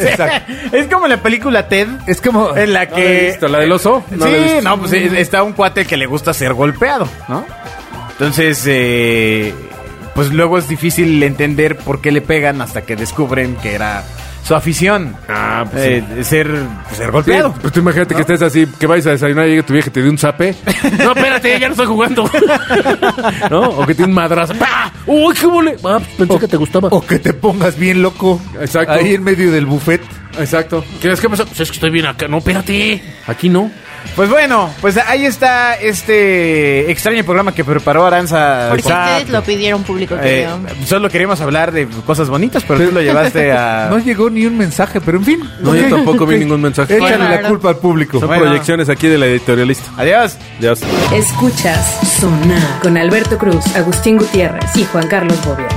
B: Exacto.
C: (laughs) Es como la película Ted,
B: Es como.
C: en la
E: No la he
C: que
E: visto, la del oso. No la he
C: sí,
E: visto.
C: no, pues eh, está un cuate que le gusta ser golpeado, ¿no? Entonces, eh, pues luego es difícil entender por qué le pegan hasta que descubren que era su afición.
E: Ah, pues sí.
C: Eh, ser, ser
E: Sí,
C: golpeado.
E: pues tú imagínate que estés así, que vayas a desayunar y llegue tu vieja y te dé un zape. (laughs) No, espérate, ya no estoy jugando. (laughs) ¿No? O que te dé un madrazo. ¡Pah! ¡Uy, qué mole! Ah, pues pensé que te gustaba.
B: O que te pongas bien loco.
E: Exacto.
B: Ahí en medio del buffet.
E: Exacto. ¿Qué es que pasa? Pues es que estoy bien acá. No, espérate. Aquí no.
C: Pues bueno, pues ahí está este extraño programa que preparó Aranza.
D: Porque
C: Exacto.
D: ustedes lo pidieron público,
C: Eh,
D: creo.
C: solo queríamos hablar de cosas bonitas, pero
E: (laughs)
C: tú lo llevaste a...
B: No llegó ni un mensaje, pero en fin.
E: No, yo
B: Ok.
E: tampoco vi
B: Ok.
E: ningún mensaje.
B: Échale
D: Qué
B: la
D: raro.
B: culpa al público.
E: Son
C: Bueno.
E: proyecciones aquí de la editorialista.
C: Adiós.
E: Ya.
A: Escuchas Sonar con Alberto Cruz, Agustín Gutiérrez y Juan Carlos Bobia.